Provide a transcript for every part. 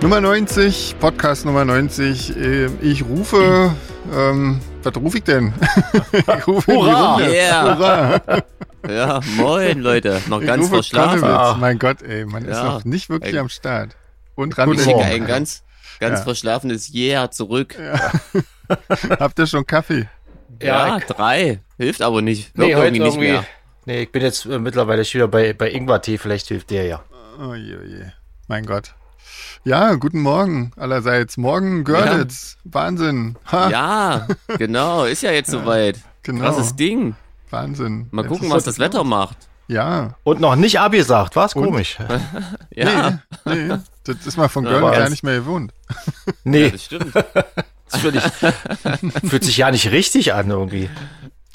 Nummer 90, Podcast Nummer 90. äh, Ich rufe. Ähm, was rufe ich denn? ich rufe in die Hurra! Runde. Yeah. Hurra! Ja, moin Leute, noch Ich ganz rufe verschlafen. Konnewitz. Ah. Mein Gott, ey, man ist Ja. noch nicht wirklich Ey. am Start. Und Dann guten ich schicke Morgen. ein ganz, ganz Ja. verschlafenes Yeah zurück. Habt ihr schon Kaffee? Ja, ich- drei. Hilft aber nicht. nee, Wirkt heute irgendwie nicht mehr. Nee, ich bin jetzt äh, mittlerweile schon wieder bei, bei Ingwer-Tee, vielleicht hilft der ja. Oh je, oh je. Mein Gott. Ja, guten Morgen allerseits. Morgen Görlitz. Wahnsinn. Ha, Ja, genau, ist ja jetzt soweit. genau. Krasses Ding. Wahnsinn. Mal Jetzt gucken, ist was das Wetter macht. Ja. Und noch nicht abgesagt, war's komisch. Ja, Nee, nee. Das ist mal von Ja, Görlitz aber gar es- nicht mehr gewohnt. Nee, das stimmt. das fühlt, fühlt sich ja nicht richtig an irgendwie.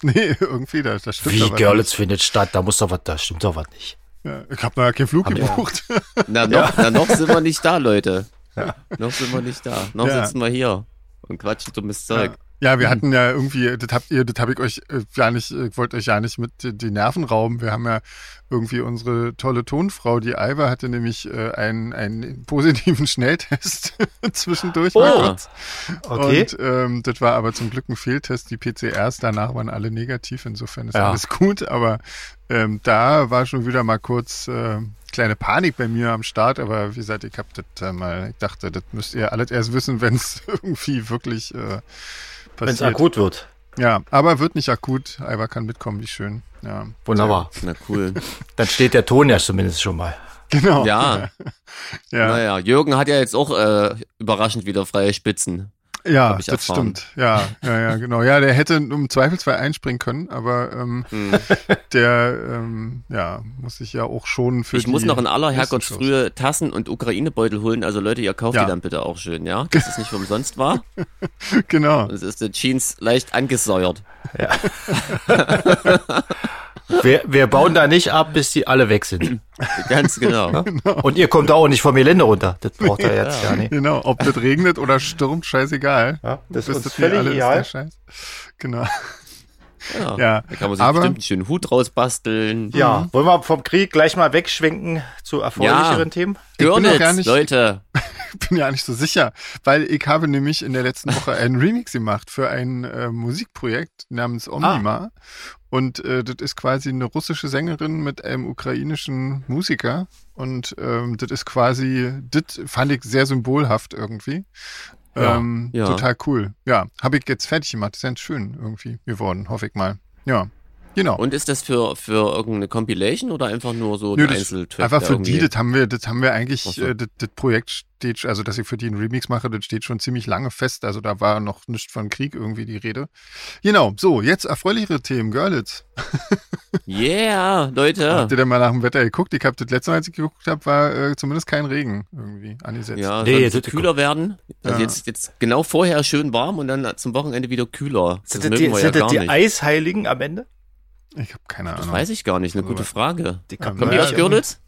Nee, irgendwie, da, da stimmt Wie doch was Görlitz findet statt, da muss doch was, da stimmt doch was nicht. nicht. Ja, ich habe noch keinen Flug Haben wir- gebucht. Na noch, na, noch sind wir nicht da, Leute. Noch sind wir nicht da. Noch Ja. sitzen wir hier und quatschen dummes Zeug. Ja. Ja, wir hatten ja irgendwie, das habt ihr, das habe ich euch äh, gar nicht, äh, wollte euch ja nicht mit äh, die Nerven rauben. Wir haben ja irgendwie unsere tolle Tonfrau, die Alva, hatte nämlich äh, einen, einen positiven Schnelltest zwischendurch. mal Oh. kurz. Okay. Und ähm, das war aber zum Glück ein Fehltest. Die PCRs danach waren alle negativ. Insofern ist Ja. alles gut. Aber ähm, da war schon wieder mal kurz äh, kleine Panik bei mir am Start. Aber wie gesagt, ich habe das äh, mal, ich dachte, das müsst ihr alles erst wissen, wenn es irgendwie wirklich äh, Wenn es passiert. akut wird. Ja, aber wird nicht akut. Alba kann mitkommen, wie schön. Ja, Wunderbar. Na cool. Dann steht der Ton ja zumindest schon mal. genau. Ja, ja, naja. Jürgen hat ja jetzt auch äh, überraschend wieder freie Spitzen. ja hab das ich erfahren. stimmt. Ja, ja, ja, genau. Ja, der hätte im Zweifelsfall einspringen können, aber ähm, Hm. der ähm, ja, muss sich ja auch schonen für Ich die muss noch in aller nächsten Shows. Herrgottsfrühe Tassen und Ukraine-Beutel holen. Also Leute, ihr kauft Ja. die dann bitte auch schön, ja? Das ist nicht für umsonst wahr. Genau. Und es ist der Jeans leicht angesäuert. Wir, wir bauen da nicht ab, bis die alle weg sind. Ganz genau. Und ihr kommt auch nicht vom Gelände runter. Das braucht er jetzt ja nicht. Genau, ob das regnet oder stürmt, scheißegal. Ja, das ist uns mir völlig alles egal. der Scheiß. Genau. Ja. Ja, Da kann man sich aber bestimmt einen schönen Hut rausbasteln. Ja, wollen wir vom Krieg gleich mal wegschwenken zu erfreulicheren Mhm. Ja. Themen? bin noch Görlitz, gar nicht- Leute. ich bin ja nicht so sicher, weil ich habe nämlich in der letzten Woche einen Remix gemacht für ein äh, Musikprojekt namens Omnima. Und äh, das ist quasi eine russische Sängerin mit einem ukrainischen Musiker. Und ähm, das ist quasi, das fand ich sehr symbolhaft irgendwie. Ja. Ähm, Ja. Total cool. Ja, habe ich jetzt fertig gemacht. Ist ganz schön irgendwie geworden, hoffe ich mal. Ja, genau. Und ist das für, für irgendeine Compilation oder einfach nur so Nö, ein das- Einzeltrack? Einfach der für die, irgendwie- das haben wir, das haben wir eigentlich, Ach so. äh, das, das Projekt steht, also dass ich für die einen Remix mache, das steht schon ziemlich lange fest. Also da war noch nicht von Krieg irgendwie die Rede. Genau, so, jetzt erfreulichere Themen, Görlitz. Yeah, Leute. Habt ihr denn mal nach dem Wetter geguckt? Ich habe das letzte Mal, als ich geguckt habe, war äh, zumindest kein Regen irgendwie angesetzt. Ja, Nee, nee, das- kühler werden. Also Ja. jetzt, jetzt genau vorher schön warm und dann zum Wochenende wieder kühler. Das Sind das mögen die, wir ja sind das gar die nicht. Eisheiligen am Ende? Ich habe keine Das Ahnung. weiß ich gar nicht. Eine gute Frage. Die kommen Kommen die Ja, aus Görlitz?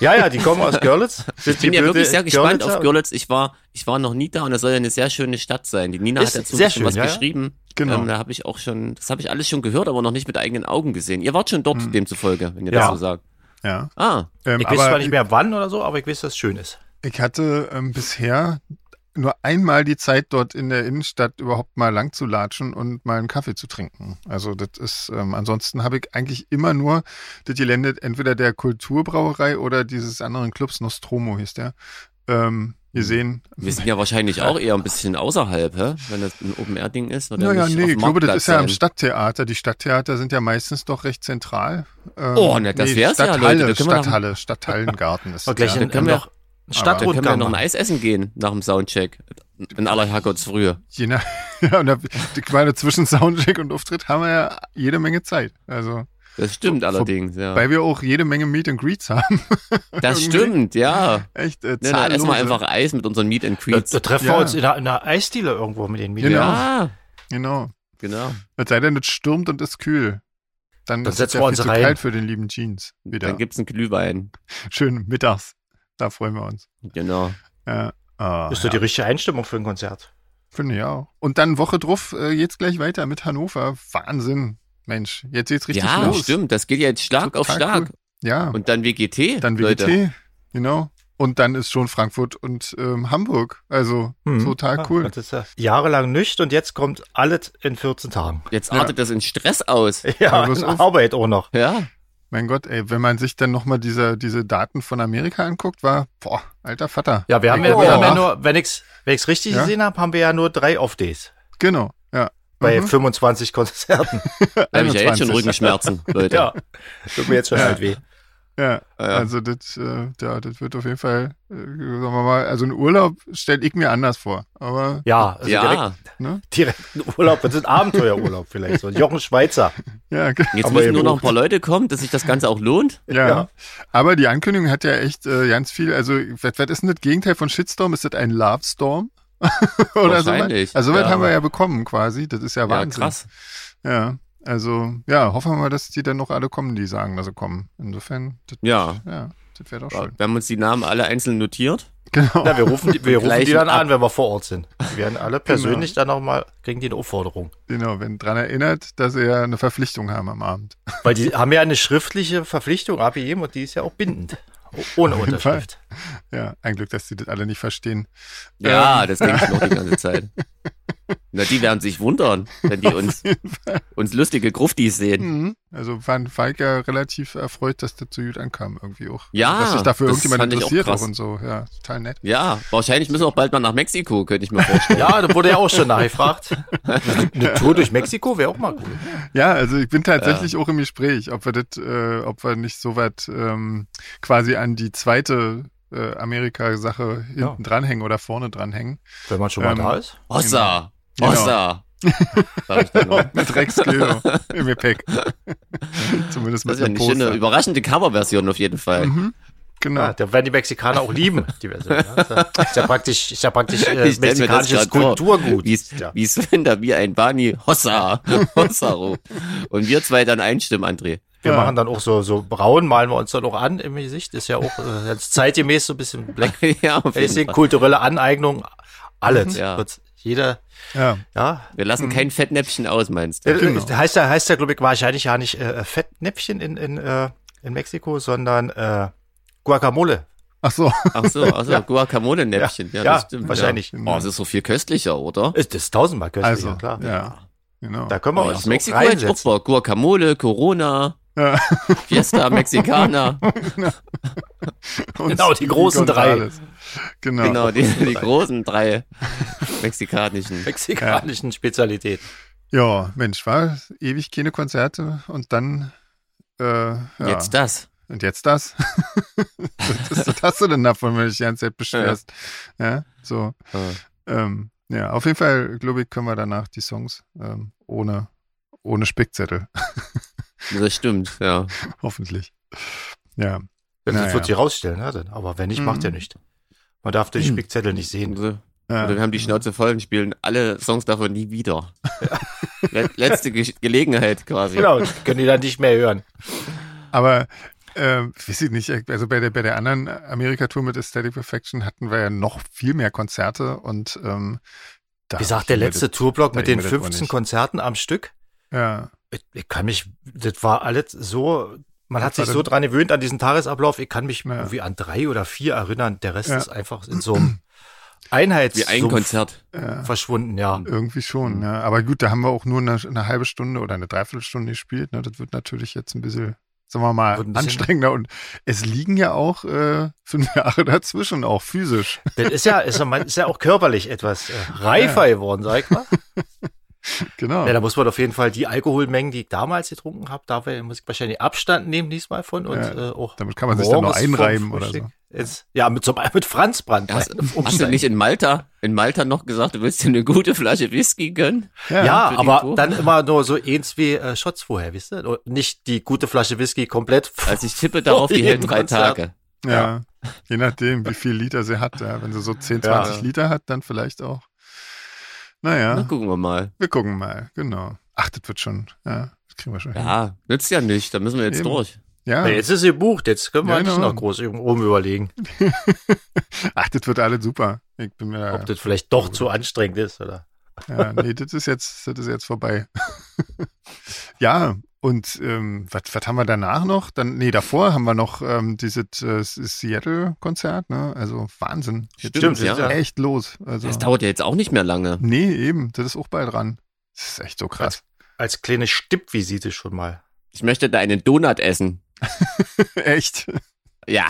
Ja, ja, die kommen aus Görlitz. Ich bin ja wirklich sehr gespannt auf Görlitz. Ich war, ich war noch nie da und das soll ja eine sehr schöne Stadt sein. Die Nina Ist hat dazu sehr schon schön, was ja, ja. geschrieben. Genau. Ähm, da habe ich auch schon, das habe ich alles schon gehört, aber noch nicht mit eigenen Augen gesehen. Ihr wart schon dort Hm. demzufolge, wenn ihr Ja. das so sagt. Ja. Ah, Ähm, Ich weiß zwar aber nicht mehr wann oder so, aber ich weiß, dass es schön ist. Ich hatte ähm, bisher nur einmal die Zeit, dort in der Innenstadt überhaupt mal lang zu latschen und mal einen Kaffee zu trinken. Also das ist, ähm, ansonsten habe ich eigentlich immer nur das Gelände entweder der Kulturbrauerei oder dieses anderen Clubs, Nostromo hieß der, ähm, gesehen. wir sind ja wahrscheinlich auch eher ein bisschen außerhalb, hä? wenn das ein Open-Air-Ding ist. Oder Naja, nicht nee, auf ich dem glaube, das Marktplatz ist ja am sein. Stadttheater. Die Stadttheater sind ja meistens doch recht zentral. Ähm, Oh, na, das wär's ja, Leute. Stadthalle, Da können wir nach dem- Stadthalle, Stadthallengarten ist Aber gleich ja. in, können können wir- noch einen Da können wir ja Stadtrundgang noch ein machen. Eis essen gehen nach dem Soundcheck. In aller Herrgottsfrühe. Je nach, ja, und da, ich meine, zwischen Soundcheck und Auftritt haben wir ja jede Menge Zeit. Also, Das stimmt Vor- allerdings, ja. weil wir auch jede Menge Meet and Greets haben. Das stimmt, ja. Echt, äh, Ne, na, zahllose. erstmal einfach Eis mit unseren Meet and Da, Greets. da treffen Ja. wir uns in einer, in einer Eisdiele irgendwo mit den Mieten. Genau. Ja, Genau. genau. Es sei denn, es stürmt und es kühl. Dann, Dann ist setzen es ja wir viel uns zu rein. kalt für den lieben Jeans. Wieder. Dann gibt's einen Glühwein. Schön mittags. Da freuen wir uns. Genau. Ja. Ah, Ist ja. doch die richtige Einstimmung für ein Konzert. Finde ich auch. Und dann Woche drauf, äh, jetzt gleich weiter mit Hannover. Wahnsinn. Mensch, jetzt geht's richtig ja, los. stimmt. Das geht ja jetzt Schlag auf Total Schlag. cool. Ja, Und dann WGT. dann Leute. WGT. Genau. Und dann ist schon Frankfurt und ähm, Hamburg. Also Mhm. Hm. total Ah, cool. Das ist ja jahrelang nicht und jetzt kommt alles in 14 Tagen. Jetzt artet das in Stress aus. Ja, Aber es in ist- Arbeit auch noch. Ja. Mein Gott, ey, wenn man sich dann nochmal diese, diese Daten von Amerika anguckt, war, boah, alter Vater. Ja, wir haben ja, Oh. wir haben ja nur, wenn ich's, Wenn ich's richtig Ja? gesehen habe, haben wir ja nur drei Off-Days Genau, ja. bei Mhm. 25 Konzerten. Da habe ich ja jetzt schon 21. Rückenschmerzen, Leute. ja, tut mir jetzt schon halt weh. Ja, Ja. also das, äh, ja, das wird auf jeden Fall, äh, sagen wir mal, also einen Urlaub stelle ich mir anders vor. Aber Ja, also ja, direkt, direkt ein Urlaub. Das ist ein Abenteuerurlaub vielleicht. So ein Jochen Schweizer. ja, jetzt Aber müssen eben nur noch auch. ein paar Leute kommen, dass sich das Ganze auch lohnt. Ja. Ja. Aber die Ankündigung hat ja echt äh, ganz viel. Also, was, was ist denn das Gegenteil von Shitstorm? Ist das ein Love Storm? Oder so Wahrscheinlich, weit? Also, weit ja. haben wir ja bekommen quasi. Das ist ja Ja, Wahnsinn. Ja, krass. Also, ja, hoffen wir mal, dass die dann noch alle kommen, die sagen, dass sie kommen. Insofern, das, Ja. ja, das wäre doch schön. Wir haben uns die Namen alle einzeln notiert. Genau. Na, wir rufen, die- wir rufen die Gleichen dann ab. an, wenn wir vor Ort sind. Genau. Die werden alle persönlich dann nochmal, kriegen die eine Aufforderung. genau, wenn dran erinnert, dass sie ja eine Verpflichtung haben am Abend. Weil die haben ja eine schriftliche Verpflichtung abgegeben und die ist ja auch bindend. O- Ohne jeden Unterschrift. Ja, ein Glück, dass die das alle nicht verstehen. Ja, das denke ich noch die ganze Zeit. Na, die werden sich wundern, wenn die uns, uns lustige Gruftis sehen. Mhm. Also waren Falk ja relativ erfreut, dass das so gut ankam irgendwie auch. Also, Ja, Dass sich dafür das irgendjemand fand ich auch interessiert krass. auch und so. Ja, total nett. Ja, wahrscheinlich müssen wir auch bald mal nach Mexiko, könnte ich mir vorstellen. Ja, da wurde ja auch schon nachgefragt. Eine Tour durch Mexiko wäre auch mal cool. Ja, also ich bin tatsächlich auch im Gespräch, ob wir das, äh, ob wir nicht so weit ähm, quasi an die zweite äh, Amerika-Sache hinten Ja. dranhängen oder vorne dranhängen. Wenn man schon mal Ähm, da ist. Hossa! Genau. Hossa! Sag ich dann noch. Mit Rex Gildo im Gepäck. Zumindest Das mit ist ja einem eine schöne, Poster. überraschende Coverversion auf jeden Fall. Mhm. Genau. Ja, Ah, da werden die Mexikaner auch lieben, die Version. Ja. Ist ja praktisch, ist ja praktisch äh, Ich stell mir das grad mexikanisches vor, Kulturgut. Wie, Ja. wie Sven da wie ein Bani Hossa, Hossa ruft. Und wir zwei dann einstimmen, André. Wir Ja. machen dann auch so, so braun, malen wir uns dann auch an im Gesicht. Ist ja auch äh, ganz zeitgemäß so ein bisschen Black ja, auf jeden Facing, Fall. kulturelle Aneignung, alles. Ja. Wird jeder, Ja. ja. Wir lassen kein Fettnäpfchen aus, meinst du? Äh, äh, Heißt ja, heißt ja, glaube ich, wahrscheinlich ja nicht äh, Fettnäpfchen in, in, äh, in Mexiko, sondern äh, Guacamole. Ach so. Ach so, also Guacamole-Näpfchen. Ja, Ja, das stimmt. wahrscheinlich. Ja. Oh, genau. das ist so viel köstlicher, oder? Ist das tausendmal köstlicher, Also, klar. ja. Genau. Da können wir Oh, uns aus auch Mexiko hätte ich auch reinsetzen. Bock. Guacamole, Corona, Ja. Fiesta, Mexikaner. Und Genau, die großen drei. Gonzales. Genau. genau, die, die großen drei mexikanischen. Mexikanischen Spezialitäten. Ja, Mensch, war ewig keine Konzerte und dann äh, ja. Jetzt das. Und jetzt das? das, ist, das hast du denn davon, wenn du dich die ganze Zeit beschwerst. Ja, so. Ja. Ähm, ja, auf jeden Fall, glaube ich, können wir danach die Songs ähm, ohne, ohne Spickzettel. Das stimmt, ja. Hoffentlich. Ja. Das Naja. wird sie rausstellen, ja, dann. aber wenn nicht, macht ja Mhm. nicht. Man darf den Spickzettel nicht sehen. Also, ja. Oder wir haben die Schnauze voll und spielen alle Songs davon nie wieder. Let- Letzte Ge Gelegenheit quasi. Genau, können die dann nicht mehr hören. Aber äh, weiß ich nicht, also bei der, bei der anderen Amerika-Tour mit Aesthetic Perfection hatten wir ja noch viel mehr Konzerte und ähm, da Wie hab ich gesagt, der mir letzte das- Tourblock da mit ich den mir das auch 15 nicht. Konzerten am Stück. Ja, Ich, ich kann mich, das war alles so, man hat war sich so denn- dran gewöhnt an diesen Tagesablauf. Ich kann mich Ja. irgendwie an drei oder vier erinnern. Der Rest Ja. ist einfach in so einem Einheits Wie ein Konzert. ja. verschwunden, ja. Irgendwie Mhm. schon, ja. Aber gut, da haben wir auch nur eine, eine halbe Stunde oder eine Dreiviertelstunde gespielt. Ne? Das wird natürlich jetzt ein bisschen, sagen wir mal, Wird ein bisschen- anstrengender. Und es liegen ja auch äh, fünf Jahre dazwischen, auch physisch. Das ist ja, ist ja, man ist ja auch körperlich etwas äh, reifer geworden, sag ich mal. Genau. Ja, da muss man auf jeden Fall die Alkoholmengen, die ich damals getrunken habe, da muss ich wahrscheinlich Abstand nehmen diesmal von und Ja, äh, auch. damit kann man sich dann noch morgens vorm einreiben oder Frühstück so. Ist, ja, mit, so, einem- mit Franz um Brandt. Hast, beim hast du Umsteigen. nicht in Malta, in Malta noch gesagt, du willst dir eine gute Flasche Whisky gönnen? Ja, für die aber Tour. dann immer nur so eins wie äh, Shots vorher, wisst ihr? Und Nicht die gute Flasche Whisky komplett. Also ich tippe darauf, die Vor hält jedem drei Konzert. Tage. ja. Je nachdem, wie viel Liter sie hat. Ja. Wenn sie so 10, Ja. 20 Liter hat, dann vielleicht auch. Naja, Na, gucken wir mal. wir gucken mal. Genau. Ach, das wird schon. Ja, das kriegen wir schon hin. Ja, nützt ja nicht, da müssen wir jetzt Eben. durch. Ja. Na, jetzt ist sie gebucht, jetzt können wir Ja, nicht genau. noch groß um, oben überlegen, Ach, das wird alles super. Ich bin mir ob das vielleicht doch zu anstrengend ist, oder? Ja, nee, das ist jetzt, das ist jetzt vorbei. ja, Und ähm, was haben wir danach noch? Dann, nee, davor haben wir noch ähm, dieses äh, Seattle-Konzert, ne? Also Wahnsinn. Jetzt Stimmt, geht's ja. echt los. Also, Das dauert ja jetzt auch nicht mehr lange. nee, eben, das ist auch bald dran. Das ist echt so krass. Als kleine Stippvisite schon mal. Ich möchte da einen Donut essen. echt. Ja.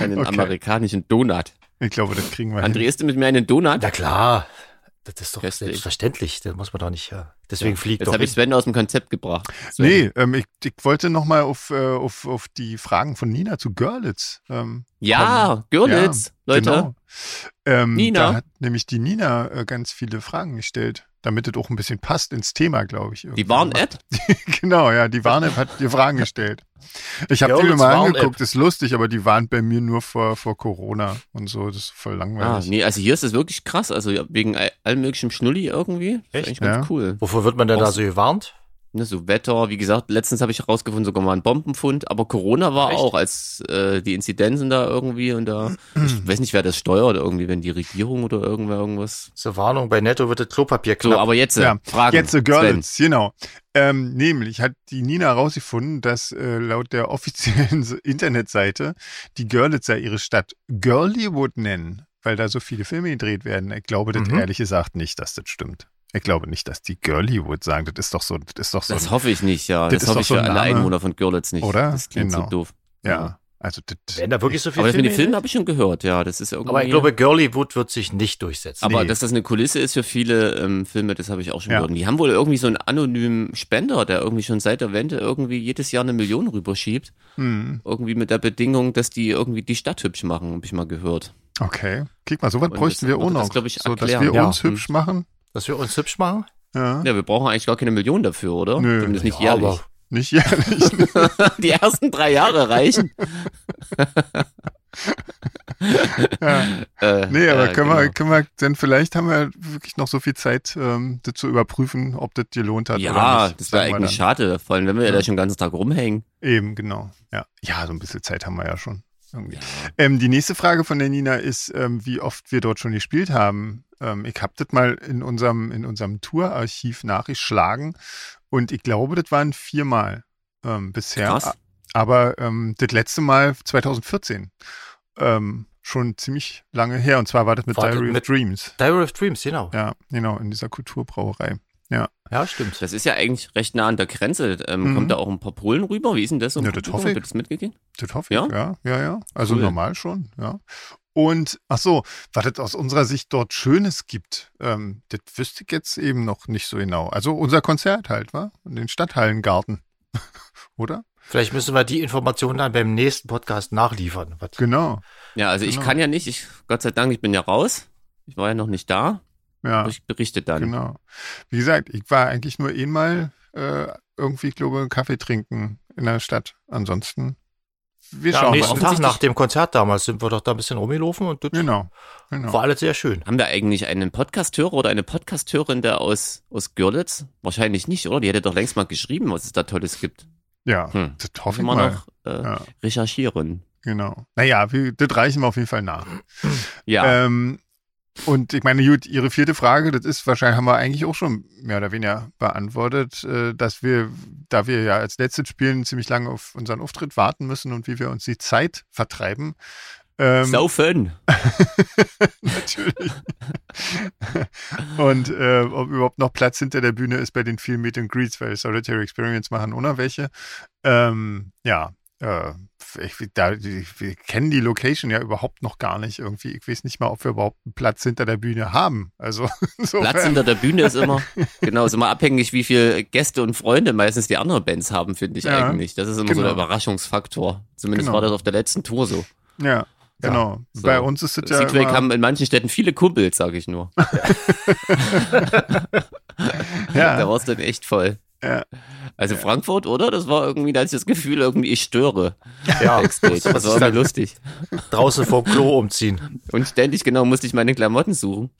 Einen Okay. amerikanischen Donut. Ich glaube, das kriegen wir André, isst du mit mir einen Donut? Na klar, das ist doch Köstlich. selbstverständlich. Das muss man doch nicht. ja. Deswegen fliegt Jetzt doch. habe ich hin. Sven aus dem Konzept gebracht. Sven. Nee, ähm, ich, ich wollte nochmal auf, äh, auf, auf die Fragen von Nina zu Görlitz. Ähm, Ja, Görlitz, Leute. Genau. Ähm, Nina. Da hat nämlich die Nina äh, ganz viele Fragen gestellt, damit es auch ein bisschen passt ins Thema, glaube ich. Die irgendwie. Warn-App? Genau, ja, die Warn-App hat dir Fragen gestellt. Ich habe die mir Görlitz mal Warn-App. angeguckt, ist lustig, aber die warnt bei mir nur vor, vor Corona und so, das ist voll Ah, langweilig. nee, also hier ist es wirklich krass. Also wegen all- allem möglichen Schnulli irgendwie. Ist Echt? eigentlich ganz Ja. cool. Wovor wird man denn da so gewarnt? Ne, so Wetter, wie gesagt, letztens habe ich herausgefunden, sogar mal ein Bombenfund, aber Corona war Echt? auch, als äh, die Inzidenzen da irgendwie und da, ich weiß nicht, wer das steuert irgendwie, wenn die Regierung oder irgendwer irgendwas. So Warnung, bei Netto wird das Klopapier So, knapp. aber jetzt, äh, Ja, Fragen. Jetzt zu Görlitz, genau. Ähm, nämlich hat die Nina herausgefunden, dass äh, laut der offiziellen Internetseite die Görlitzer ihre Stadt Girlywood nennen, weil da so viele Filme gedreht werden. Ich glaube das Mhm. ehrlich gesagt nicht, dass das stimmt. Ich glaube nicht, dass die Girlywood sagen, das ist doch so, das ist doch so, Sven. Das ein- hoffe ich nicht, ja. Das Das, ist hoffe doch ich so für ein alle Name. Einwohner von Görlitz nicht. Oder? Das klingt Genau. so doof. ja. Also das, Werden da wirklich so viele Aber das mit Filme? den Filmen habe ich schon gehört, ja. Das ist irgendwie. aber ich glaube, Girlywood wird sich nicht durchsetzen. Aber Nee. dass das eine Kulisse ist für viele ähm, Filme, das habe ich auch schon Ja. gehört. Und Die haben wohl irgendwie so einen anonymen Spender, der irgendwie schon seit der Wende irgendwie jedes Jahr eine Million rüberschiebt. hm, Irgendwie mit der Bedingung, dass die irgendwie die Stadt hübsch machen, habe ich mal gehört. okay. Kick mal, sowas Und bräuchten das wir wird auch das, noch, glaub ich, so dass erklären. Hm. wir Ja. uns hübsch machen. Dass wir uns hübsch machen? Ja. Ja, wir brauchen eigentlich gar keine Million dafür, oder? Nö. Zumindest nicht Ja, jährlich. Nicht jährlich. die ersten drei Jahre reichen. ja. Äh, Nee, aber äh, können, wir, genau. können wir, denn vielleicht haben wir wirklich noch so viel Zeit, ähm, das zu überprüfen, ob das gelohnt hat oder Ja, nicht. das wäre Sagen wir eigentlich dann. schade, vor allem wenn wir ja da schon den ganzen Tag rumhängen. Eben, genau. Ja. ja, so ein bisschen Zeit haben wir ja schon. Irgendwie. Ähm, die nächste Frage von der Nina ist, ähm, wie oft wir dort schon gespielt haben. Ähm, ich habe das mal in unserem, in unserem Tourarchiv nachgeschlagen und ich glaube, das waren viermal ähm, bisher. Krass. Aber ähm, das letzte Mal 2014. Ähm, schon ziemlich lange her. Und zwar war das mit War das Diary of mit- Dreams. Diary of Dreams, genau. Ja, genau, in dieser Kulturbrauerei. Ja, stimmt. Das ist ja eigentlich recht nah an der Grenze. Ähm, Mhm. Kommt da auch ein paar Polen rüber? Wie ist denn das? so im Ja, das Publikum? hoffe ich. Habt ihr das mitgekriegt? Das hoffe ich, Ja? ja, ja, ja. Also Cool. normal schon, ja. Und, ach so, was es aus unserer Sicht dort Schönes gibt, ähm, das wüsste ich jetzt eben noch nicht so genau. Also unser Konzert halt, wa? In den Stadthallengarten, oder? Vielleicht müssen wir die Informationen dann beim nächsten Podcast nachliefern. Was? Genau, Ja, also ich Genau. kann ja nicht. Ich, Gott sei Dank, ich bin ja raus. Ich war ja noch nicht da. ja, Aber ich berichte dann. Ah. genau. Wie gesagt, ich war eigentlich nur einmal äh, irgendwie, ich glaube, Kaffee trinken in der Stadt. Ansonsten, wir Ja, am schauen mal. nächsten Tag Offensichtlich- nach dem Konzert damals sind wir doch da ein bisschen rumgelaufen und das Genau, genau. war alles sehr schön. Haben wir eigentlich einen Podcasthörer oder eine Podcasthörerin da aus, aus Görlitz? Wahrscheinlich nicht, oder? Die hätte doch längst mal geschrieben, was es da Tolles gibt. Ja, Hm. das hoffe ich Müssen wir mal. noch äh, Ja. recherchieren. Genau. Naja, wir, das reichen wir auf jeden Fall nach. Ja, Ähm, und ich meine, gut, Ihre vierte Frage, das ist wahrscheinlich, haben wir eigentlich auch schon mehr oder weniger beantwortet, äh, dass wir, da wir ja als letztes Spielen ziemlich lange auf unseren Auftritt warten müssen und wie wir uns die Zeit vertreiben. Ähm, saufen. natürlich. und äh, ob überhaupt noch Platz hinter der Bühne ist bei den vielen Meet and Greets, weil Solitary Experience machen ohne welche. Ähm, ja, äh, ich, da, ich, wir kennen die Location ja überhaupt noch gar nicht irgendwie. Ich weiß nicht mal, ob wir überhaupt einen Platz hinter der Bühne haben. Also insofern- Platz hinter der Bühne ist immer, genau, ist immer abhängig, wie viele Gäste und Freunde meistens die anderen Bands haben, finde ich Ja, eigentlich. Das ist immer so genau. der Überraschungsfaktor. Zumindest Genau. war das auf der letzten Tour so. Ja, genau. so. Bei uns ist es ja Seagway immer, haben in manchen Städten viele Kumpels, sage ich nur. Da ja, war es dann echt voll. Ja. Also Frankfurt, oder? Das war irgendwie, da hatte ich das Gefühl, irgendwie ich störe. Ja, Backstage. Das war irgendwie lustig. draußen vorm Klo umziehen. Und ständig genau musste ich meine Klamotten suchen.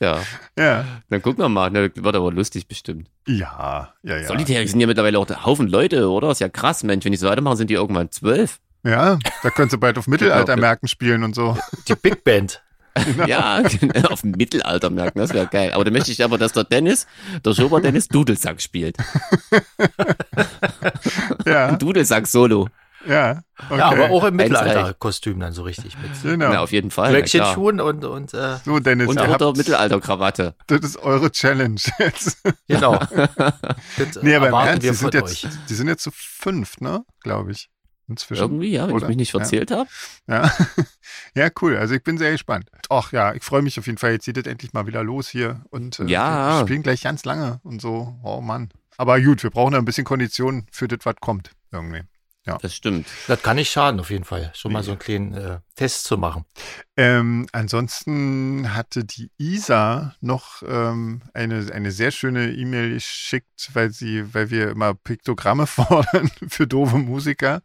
Ja, ja, dann gucken wir mal. Ne, wird aber lustig bestimmt. ja, ja, ja. Solitär sind ja mittlerweile auch ein Haufen Leute, oder? Ist ja krass, Mensch. Wenn die so weitermachen, sind die irgendwann zwölf. Ja, da könntest du bald auf Mittelaltermärkten spielen und so. Die Big Band. Ja, auf dem Mittelalter merken, das wäre geil. Aber da möchte ich aber, dass der Dennis, der Schober Dennis Dudelsack spielt. Ja, Ein Dudelsack-Solo. ja. Okay. Ja, aber auch im Eins Mittelalter-Kostüm dann so richtig. Mit genau. Na, auf jeden Fall. na klar. Glöckchenschuhen und, und äh, So, Dennis, Und ihr auch habt, der Mittelalter-Krawatte. das ist eure Challenge jetzt. genau. Das äh, nee, aber im erwarten Ernst, die wir sind, von euch. jetzt, die sind jetzt zu fünf, ne? Glaube ich. Inzwischen. Irgendwie, ja, wenn Oder? ich mich nicht Ja. verzählt habe. Ja. ja, cool. Also ich bin sehr gespannt. Ach ja, ich freue mich auf jeden Fall. Jetzt geht es endlich mal wieder los hier. Und äh, Ja. wir spielen gleich ganz lange und so. Oh Mann. Aber gut, wir brauchen da ein bisschen Kondition für das, was kommt. Irgendwie. Das stimmt. Das kann nicht schaden, auf jeden Fall. Schon mal so einen kleinen äh, Test zu machen. Ähm, ansonsten hatte die Isa noch ähm, eine, eine sehr schöne E-Mail geschickt, weil sie, weil wir immer Piktogramme fordern für doofe Musiker.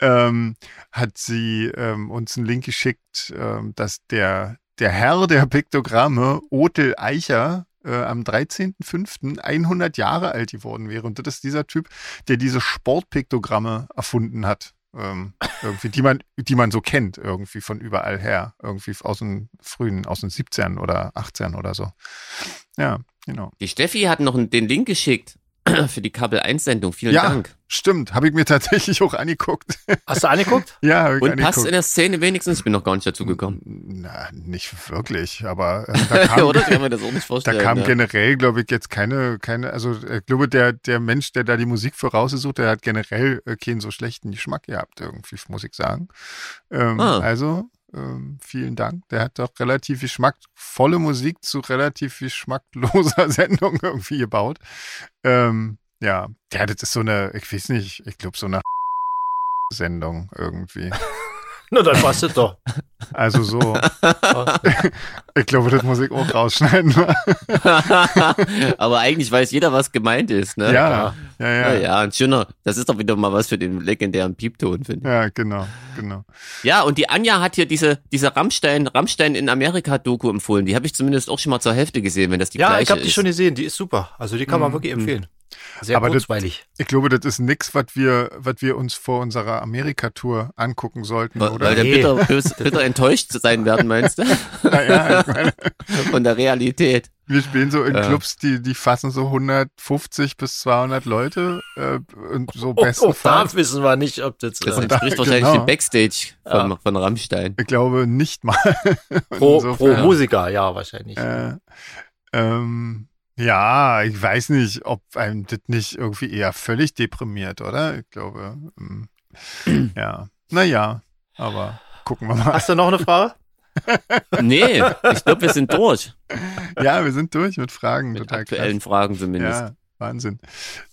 Ähm, hat sie ähm, uns einen Link geschickt, ähm, dass der, der Herr der Piktogramme, Otel Eicher, äh, am 13.05. 100 Jahre alt geworden wäre. Und das ist dieser Typ, der diese Sportpiktogramme erfunden hat. Ähm, irgendwie, die man, die man so kennt, irgendwie von überall her. Irgendwie aus den frühen, aus den 17 oder 18 oder so. Ja, genau. Die Steffi hat noch den Link geschickt für die Kabel 1-Sendung. Vielen Ja. Dank. Stimmt, habe ich mir tatsächlich auch angeguckt. Hast du angeguckt? ja, habe ich Und angeguckt. passt in der Szene wenigstens. Ich bin noch gar nicht dazu gekommen. Na, nicht wirklich, aber äh, da kam, Oder? Ich kann mir das auch nicht da vorstellen. kam ne? generell, glaube ich, jetzt keine, keine, also äh, ich glaube, der, der Mensch, der da die Musik vorausgesucht, der hat generell äh, keinen so schlechten Geschmack gehabt, irgendwie, muss ich sagen. Ähm, Ah. Also, ähm, vielen Dank. Der hat doch relativ geschmackvolle Musik zu relativ geschmackloser Sendung irgendwie gebaut. Ähm, ja, ja, das ist so eine, ich weiß nicht, ich glaube, so eine Sendung irgendwie. Na, dann passt es doch. Also so, Ja. ich glaube, das muss ich auch rausschneiden. Aber eigentlich weiß jeder, was gemeint ist, ja, ne? ja, Ja, ja. ja. ja, ein schöner. Das ist doch wieder mal was für den legendären Piepton, finde Ja, genau, genau. ich. Ja, und die Anja hat hier diese, diese Rammstein, Rammstein in Amerika-Doku empfohlen. Die habe ich zumindest auch schon mal zur Hälfte gesehen, wenn das die ja, gleiche ich habe die ist. schon gesehen. Die ist super. Also die kann man Mhm. wirklich empfehlen. Sehr Aber das- kurzweilig. Ich glaube, das ist nix, was wir, was wir uns vor unserer Amerika-Tour angucken sollten, Weil, oder? weil wir Nee. bitter, bös, bitter enttäuscht sein werden, meinst du? naja, ich meine, Von der Realität. wir spielen so in Ja. Clubs, die, die fassen so 150 bis 200 Leute äh, und so Oh, oh, bestenfalls. da wissen wir nicht, ob das, Das äh, entspricht wahrscheinlich genau. dem Backstage von, von Rammstein. Ich glaube nicht mal. Und pro, pro insofern, Musiker, ja, wahrscheinlich. äh, ähm, ja, ich weiß nicht, ob einem das nicht irgendwie eher völlig deprimiert, oder? Ich glaube, ähm, ja. Naja, aber gucken wir mal. Hast du noch eine Frage? Nee, ich glaube, wir sind durch. Ja, wir sind durch mit Fragen. Mit total krass. aktuellen Fragen zumindest. Ja, Wahnsinn.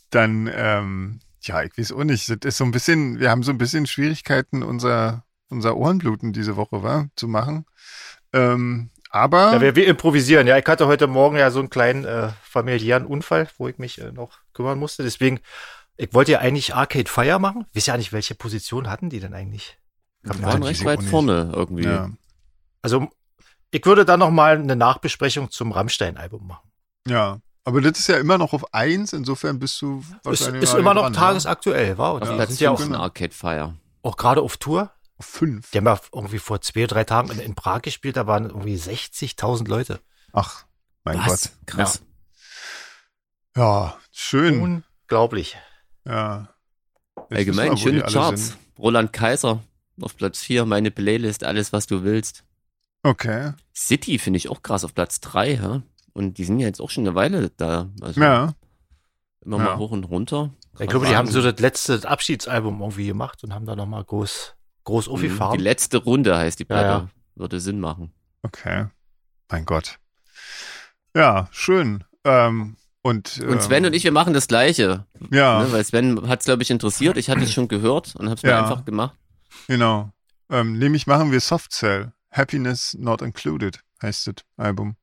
Dann, ähm, ja, ich weiß auch nicht. Das ist so ein bisschen, wir haben so ein bisschen Schwierigkeiten, unser, unser Ohrenbluten diese Woche, war, zu machen. Ähm, aber Ja, wir, wir improvisieren. Ja, ich hatte heute Morgen ja so einen kleinen äh, familiären Unfall, wo ich mich äh, noch kümmern musste. Deswegen, ich wollte ja eigentlich Arcade Fire machen. Wisst ihr ja nicht, welche Position hatten die denn eigentlich? Kann Wir man Ja, waren die recht sind auch weit nicht. vorne irgendwie. ja, Also, ich würde dann noch mal eine Nachbesprechung zum Rammstein-Album machen. ja. Aber das ist ja immer noch auf eins, insofern bist du Ist, wahrscheinlich ist gerade immer noch dran, ne? tagesaktuell, war? Und Auf Ja, die Platz sind ja 5 auch, fünf. in Arcade Fire. auch gerade auf Tour. Auf fünf. Die haben ja irgendwie vor zwei, drei Tagen in, in Prag gespielt. Da waren irgendwie 60.000 Leute. Ach, mein Gott. Was? Krass. Ja, schön. Unglaublich. Ja. Jetzt wissen wir, Allgemein wo die schöne alle Charts. sind. Roland Kaiser auf Platz 4, meine Playlist, alles was du willst. Okay. City finde ich auch krass auf Platz 3, hä? Und die sind ja jetzt auch schon eine Weile da. Also Ja, immer Ja. mal hoch und runter. Ich glaube, die haben so Wahnsinn. das letzte Abschiedsalbum irgendwie gemacht und haben da noch mal groß, groß Mhm. Die aufgefahren. letzte Runde heißt die Ja, Platte. ja. Würde Sinn machen. okay. Mein Gott. Ja, schön. Ähm, und, Und Sven ähm, und ich, wir machen das Gleiche. Ja. Ne? Weil Sven hat es, glaube ich, interessiert. Ich hatte es schon gehört und habe es mir Ja. einfach gemacht. Genau. Ähm, nämlich machen wir Soft Cell. Happiness Not Included heißt das Album.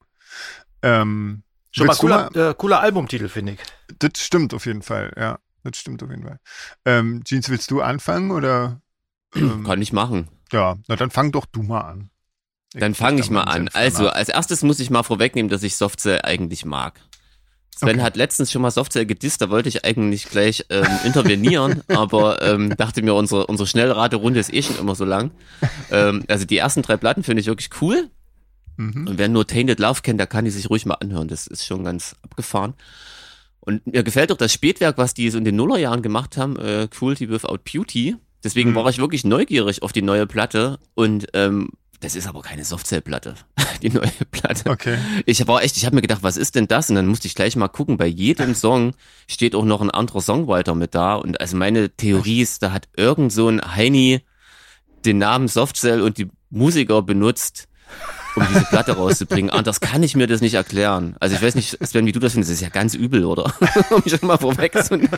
Ähm, Schon mal willst du cooler, äh, cooler Albumtitel, finde ich. Ähm, das stimmt auf jeden Fall, ja. Das stimmt auf jeden Fall. Ähm, Jeans, willst du anfangen oder? Ähm, Kann ich machen. ja, na dann fang doch du mal an. Dann fange ich mal an. Also, als als erstes muss ich mal vorwegnehmen, dass ich Softcell eigentlich mag. Sven Okay. hat letztens schon mal Softcell gedisst, da wollte ich eigentlich gleich ähm, intervenieren, aber ähm, dachte mir, unsere, unsere Schnellraterunde ist eh schon immer so lang. Ähm, also die ersten drei Platten finde ich wirklich cool. Mhm. Und wer nur Tainted Love kennt, der kann die sich ruhig mal anhören. Das ist schon ganz abgefahren. Und mir gefällt doch das Spätwerk, was die so in den Nullerjahren gemacht haben, äh, Cruelty Without Beauty. Deswegen Mhm. war ich wirklich neugierig auf die neue Platte. Und ähm, das ist aber keine Softcell-Platte, die neue Platte. Okay. Ich war echt, ich habe mir gedacht, was ist denn das? Und dann musste ich gleich mal gucken, bei jedem Song steht auch noch ein anderer Songwriter mit da. Und also meine Theorie ist, da hat irgend so ein Heini den Namen Softcell und die Musiker benutzt, um diese Platte rauszubringen. Anders kann ich mir das nicht erklären. Also ich weiß nicht, Sven, wie du das findest, das ist ja ganz übel, oder? um mich schon mal vorwegzunehmen.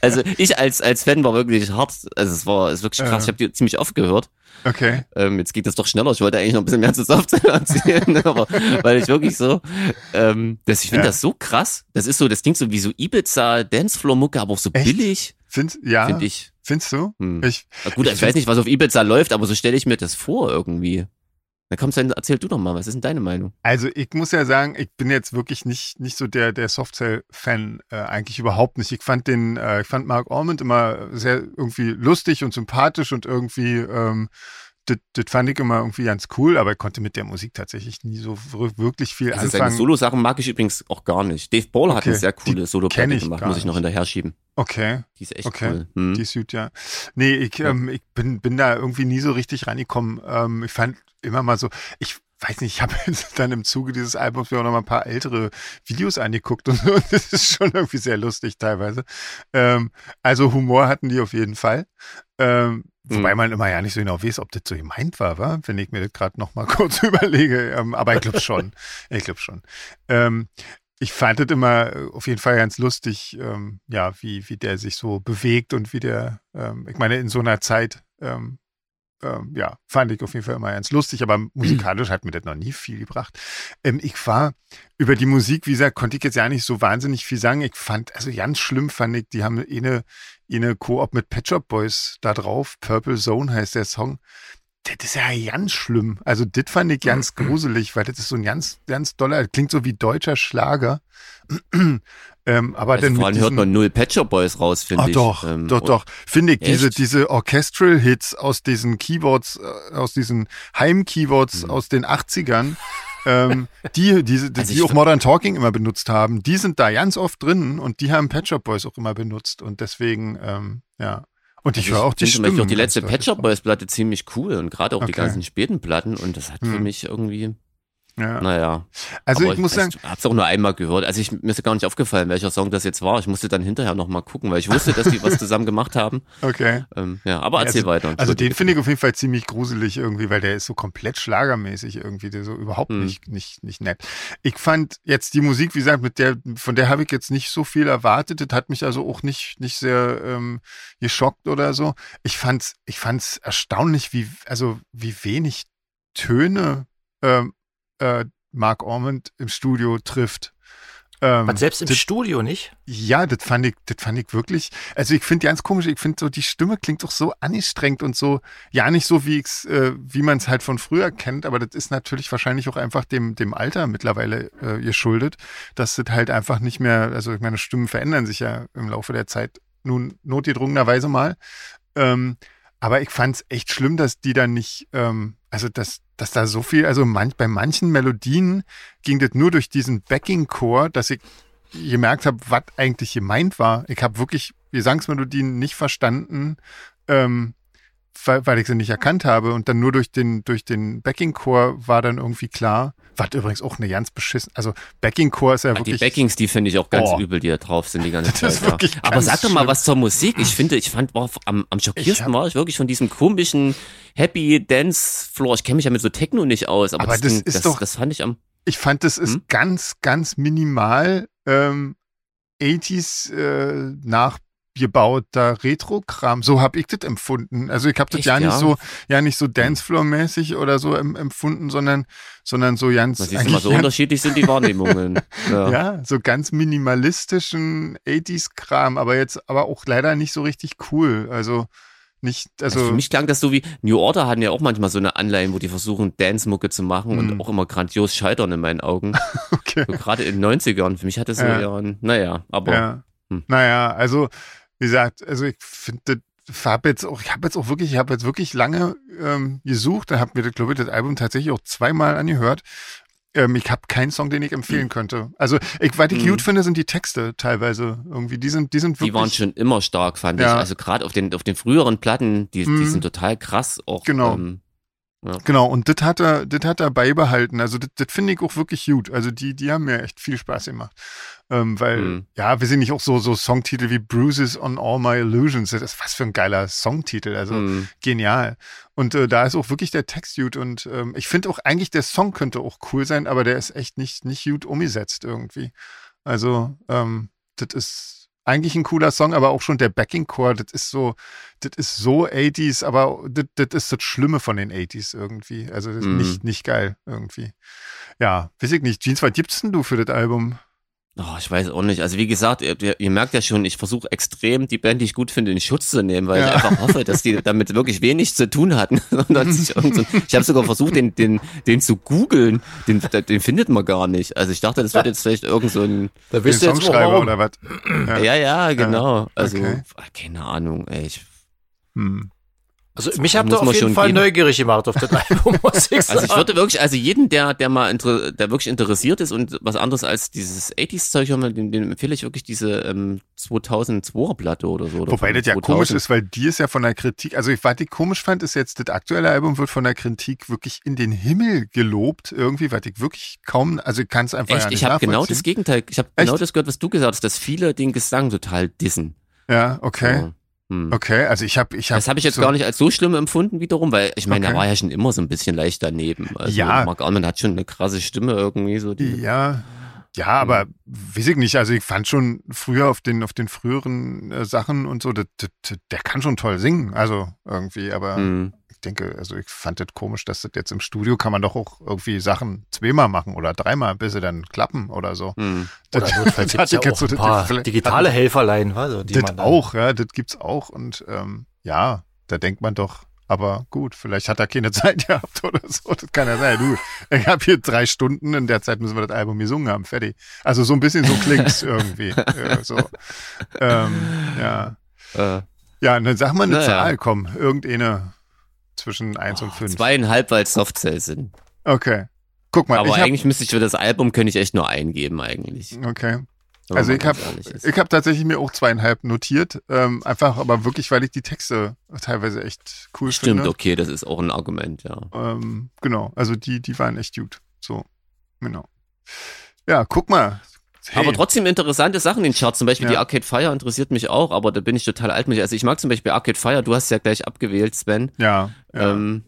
also ich als, als Fan war wirklich hart. Also es war, es ist wirklich krass. Ich Ja. habe die ziemlich oft gehört. Okay. Ähm, jetzt geht das doch schneller. Ich wollte eigentlich noch ein bisschen mehr zu Software erzählen, aber weil ich wirklich so, ähm, das, ich finde Ja. das so krass. Das ist so, das klingt so wie so Ibiza Dancefloor Mucke, aber auch so Echt? billig, Find, ja, finde ich. findest du? Hm. Ich, Na gut, ich ich find- weiß nicht, was auf Ibiza läuft, aber so stelle ich mir das vor irgendwie. Dann kommst du dann, erzähl du doch mal, was ist denn deine Meinung? also ich muss ja sagen, ich bin jetzt wirklich nicht, nicht so der, der Softcell-Fan, äh, eigentlich überhaupt nicht. Ich fand den, äh, ich fand Mark Ormond immer sehr irgendwie lustig und sympathisch und irgendwie, ähm, das das fand ich immer irgendwie ganz cool, aber ich konnte mit der Musik tatsächlich nie so wir- wirklich viel Also seine anfangen. Solo-Sachen mag ich übrigens auch gar nicht. Dave Ball hat Okay, eine sehr coole die Solo-Platte kenn ich gemacht, gar muss ich noch nicht. hinterher schieben. okay. Die ist echt Okay, cool. Hm. Die Süd, ja. Nee, ich, Ja. Ähm, ich bin, bin da irgendwie nie so richtig reingekommen. Ähm, ich fand immer mal so, ich weiß nicht, ich habe jetzt dann im Zuge dieses Albums mir auch noch mal ein paar ältere Videos angeguckt und, so, und das ist schon irgendwie sehr lustig teilweise. Ähm, also Humor hatten die auf jeden Fall. Ähm, Wobei Mhm. man immer ja nicht so genau weiß, ob das so gemeint war, wa? wenn ich mir das gerade noch mal kurz überlege. Ähm, aber ich glaube schon. Ich glaube schon. Ähm, ich fand das immer äh, auf jeden Fall ganz lustig, ähm, ja, wie, wie der sich so bewegt und wie der, ähm, ich meine, in so einer Zeit, ähm, ähm, ja, fand ich auf jeden Fall immer ganz lustig, aber musikalisch hat mir das noch nie viel gebracht. Ähm, ich war über die Musik, wie gesagt, konnte ich jetzt ja nicht so wahnsinnig viel sagen. Ich fand, also ganz schlimm fand ich, die haben eh eine, eh eine Koop mit Pet Shop Boys da drauf. Purple Zone heißt der Song. Das ist ja ganz schlimm. Also, das fand ich ganz Mhm. gruselig, weil das ist so ein ganz, ganz doller, das klingt so wie deutscher Schlager. ähm, aber Also dann mit vor allem hört diesen- man null Pet Shop Boys raus, finde Ah, ich. doch, Ähm, doch, und- doch. Finde ich, diese, Echt? diese Orchestral Hits aus diesen Keyboards, äh, aus diesen Heim-Keyboards Hm. aus den 80ern, ähm, die, diese, die, Also die ich auch ver- Modern Talking immer benutzt haben, die sind da ganz oft drin und die haben Pet Shop Boys auch immer benutzt und deswegen, ähm, ja. Und ich Also höre auch die finde zum Beispiel Stimmen. auch die letzte ganz Pet Shop deutlich Boys Platte ziemlich cool und gerade auch die Okay. ganzen späten Platten und das hat für Hm. mich irgendwie, drauf. Ja. naja. Also aber ich muss weiß, sagen, Ich hab's auch nur einmal gehört. Also ich, mir ist gar nicht aufgefallen, welcher Song das jetzt war. Ich musste dann hinterher nochmal gucken, weil ich wusste, dass die was zusammen gemacht haben. okay. Ähm, ja, aber Ja, erzähl also- weiter. Also den finde ich auf jeden Fall ziemlich gruselig irgendwie, weil der ist so komplett schlagermäßig irgendwie, der ist so überhaupt Hm. nicht, nicht, nicht nett. Ich fand jetzt die Musik, wie gesagt, mit der, von der habe ich jetzt nicht so viel erwartet. Das hat mich also auch nicht, nicht sehr ähm, geschockt oder so. Ich fand's, ich fand's erstaunlich, wie, also wie wenig Töne ähm, äh, Mark Ormond im Studio trifft. Ähm, Aber selbst im das- Studio nicht? ja, das fand ich, das fand ich wirklich. Also ich finde ganz komisch, ich finde so, die Stimme klingt doch so angestrengt und so, ja, nicht so, wie ich's, äh, wie man es halt von früher kennt, aber das ist natürlich wahrscheinlich auch einfach dem, dem Alter mittlerweile äh, geschuldet, dass das halt einfach nicht mehr, also ich meine, Stimmen verändern sich ja im Laufe der Zeit nun notgedrungenerweise mal. Ähm, aber ich fand's echt schlimm, dass die dann nicht, ähm, also dass, dass da so viel, also manch, bei manchen Melodien ging das nur durch diesen Backing-Chor, dass ich gemerkt habe, was eigentlich gemeint war. Ich habe wirklich Gesangsmelodien nicht verstanden, ähm, weil, weil ich sie nicht erkannt habe. Und dann nur durch den, durch den Backing-Chor war dann irgendwie klar, was übrigens auch eine ganz beschissen. Also Backing-Chor ist ja Ah, die wirklich. Backings, die finde ich auch ganz Boah. übel, die da drauf sind die ganze Das Zeit. ist ja. wirklich Aber ganz sag doch mal schlimm. was zur Musik. Ich finde, ich fand, war am, am schockiersten hab- war ich wirklich von diesem komischen Happy Dance Floor. Ich kenne mich ja mit so Techno nicht aus, aber, Aber das, das Ding, ist das, doch- das fand ich am Ich fand, das ist Hm? ganz, ganz minimal ähm, 80s äh, nachgebauter Retro-Kram. So habe ich das empfunden. Also ich habe das Echt, ja nicht ja? Hm. so, ja nicht so Dancefloor-mäßig oder so em empfunden, sondern, sondern so ganz. Man sieht immer, eigentlich so ganz- unterschiedlich sind die Wahrnehmungen. Ja. ja, so ganz minimalistischen 80s-Kram, aber jetzt aber auch leider nicht so richtig cool. Also nicht, Also, also. für mich klang das so wie, New Order hatten ja auch manchmal so eine Anleihen, wo die versuchen, Dance-Mucke zu machen und Mhm. auch immer grandios scheitern in meinen Augen. okay. So Gerade in den 90ern. Für mich hat das so Ja. ja. eher ein, naja, aber Ja. Hm. Naja, also, wie gesagt, also ich finde, habe jetzt auch, ich habe jetzt auch wirklich, ich habe jetzt wirklich lange ähm, gesucht. Da habe mir, glaube ich, das Album tatsächlich auch zweimal angehört. Ähm, ich habe keinen Song, den ich Hm. empfehlen könnte. Also, ich, was ich Mhm. gut finde, sind die Texte teilweise irgendwie. Die sind, die sind wirklich. Die waren schon immer stark, fand Ja. ich. Also gerade auf den, auf den früheren Platten, die, die Mhm. sind total krass auch. Genau. Ähm, Genau, und das hat er, das hat er beibehalten. Also das, das finde ich auch wirklich gut. Also die, die haben mir echt viel Spaß gemacht. Ähm, weil, Mhm. ja, wir sehen nicht auch so, so Songtitel wie Bruises on All My Illusions. Das ist was für ein geiler Songtitel. Also mhm. genial. Und äh, da ist auch wirklich der Text gut. Und ähm, ich finde auch eigentlich, der Song könnte auch cool sein, aber der ist echt nicht, nicht gut umgesetzt irgendwie. Also, ähm, das ist eigentlich ein cooler Song, aber auch schon der Backing Chor, das ist so, das ist so 80s, aber das, das ist das Schlimme von den 80s irgendwie. Also das ist Mhm. nicht, nicht geil irgendwie. Ja, weiß ich nicht. Jeans, was gibt's denn du für das Album? Oh, ich weiß auch nicht. Also wie gesagt, ihr, ihr, ihr merkt ja schon, ich versuche extrem die Band, die ich gut finde, in Schutz zu nehmen, weil Ja. ich einfach hoffe, dass die damit wirklich wenig zu tun hatten. Sondern sich irgend so, ich habe sogar versucht, den, den, den zu googeln. Den, den findet man gar nicht. Also ich dachte, das wird jetzt vielleicht irgend so ein Da Den wisst ihr jetzt auch Songschreiber warum. oder was? Ja. Ja, ja, genau. Also, okay. keine Ahnung, ey. Ich, Hm. Also mich habt ihr Muss man auf jeden schon Fall geben. neugierig gemacht auf das Album, muss ich sagen. also ich würde wirklich, also jeden, der, der mal inter, der wirklich interessiert ist und was anderes als dieses 80s-Zeug, dem, dem empfehle ich wirklich diese ähm, 2002er Platte oder so. Oder Wobei von das ja 2000. komisch ist, weil die ist ja von der Kritik, also ich, was ich komisch fand, ist jetzt, das aktuelle Album wird von der Kritik wirklich in den Himmel gelobt, irgendwie, was ich wirklich kaum, also ich kann es einfach ja Echt, nicht ich habe genau das nachvollziehen. Gegenteil. Ich habe Echt? genau das gehört, was du gesagt hast, dass viele den Gesang total dissen. Ja, okay. So, hm. Okay, also ich habe, ich habe. Das habe ich jetzt gar nicht als so schlimm empfunden wiederum, weil ich meine, Okay. er war ja schon immer so ein bisschen leicht daneben. Also Ja. Mark Arman hat schon eine krasse Stimme irgendwie so. Die, Ja, ja, aber Hm. weiß ich nicht. Also ich fand schon früher auf den, auf den früheren äh, Sachen und so, das, das, das- der kann schon toll singen, also irgendwie, aber Hm. ich denke, also ich fand das komisch, dass das jetzt im Studio kann man doch auch irgendwie Sachen zweimal machen oder dreimal, bis sie dann klappen oder so. Hm. Oder das notfalls gibt's ja hatte ich auch jetzt so ein das- paar vielleicht- digitale Helferlein, also, die Das man dann- auch, ja, das gibt's auch. Und ähm, ja, da denkt man doch, aber gut, vielleicht hat er keine Zeit gehabt oder so. Das kann ja sein. Du, ich habe hier drei Stunden, in der Zeit müssen wir das Album gesungen haben, fertig. Also so ein bisschen so klingt's irgendwie. Äh, so. ähm, ja. Äh, ja, und dann sag mal eine Naja. Zahl, komm, irgendeine zwischen eins und fünf. zweieinhalb, weil es Softcells sind. Okay. Guck mal, Aber ich hab, eigentlich müsste ich für das Album könnte ich echt nur eingeben eigentlich. Okay. wenn Also man ich ganz habe ehrlich ist. ich hab tatsächlich mir auch zweieinhalb notiert, ähm, einfach aber wirklich, weil ich die Texte teilweise echt cool finde. Stimmt, okay, das ist auch ein Argument, ja. Ähm, genau, also die, die waren echt gut. So, genau. Ja, guck mal. Hey, Aber trotzdem interessante Sachen in den Charts. Zum Beispiel Ja. die Arcade Fire interessiert mich auch, aber da bin ich total altmodisch. Also ich mag zum Beispiel Arcade Fire, du hast ja gleich abgewählt, Sven. Ja, ja. Ähm,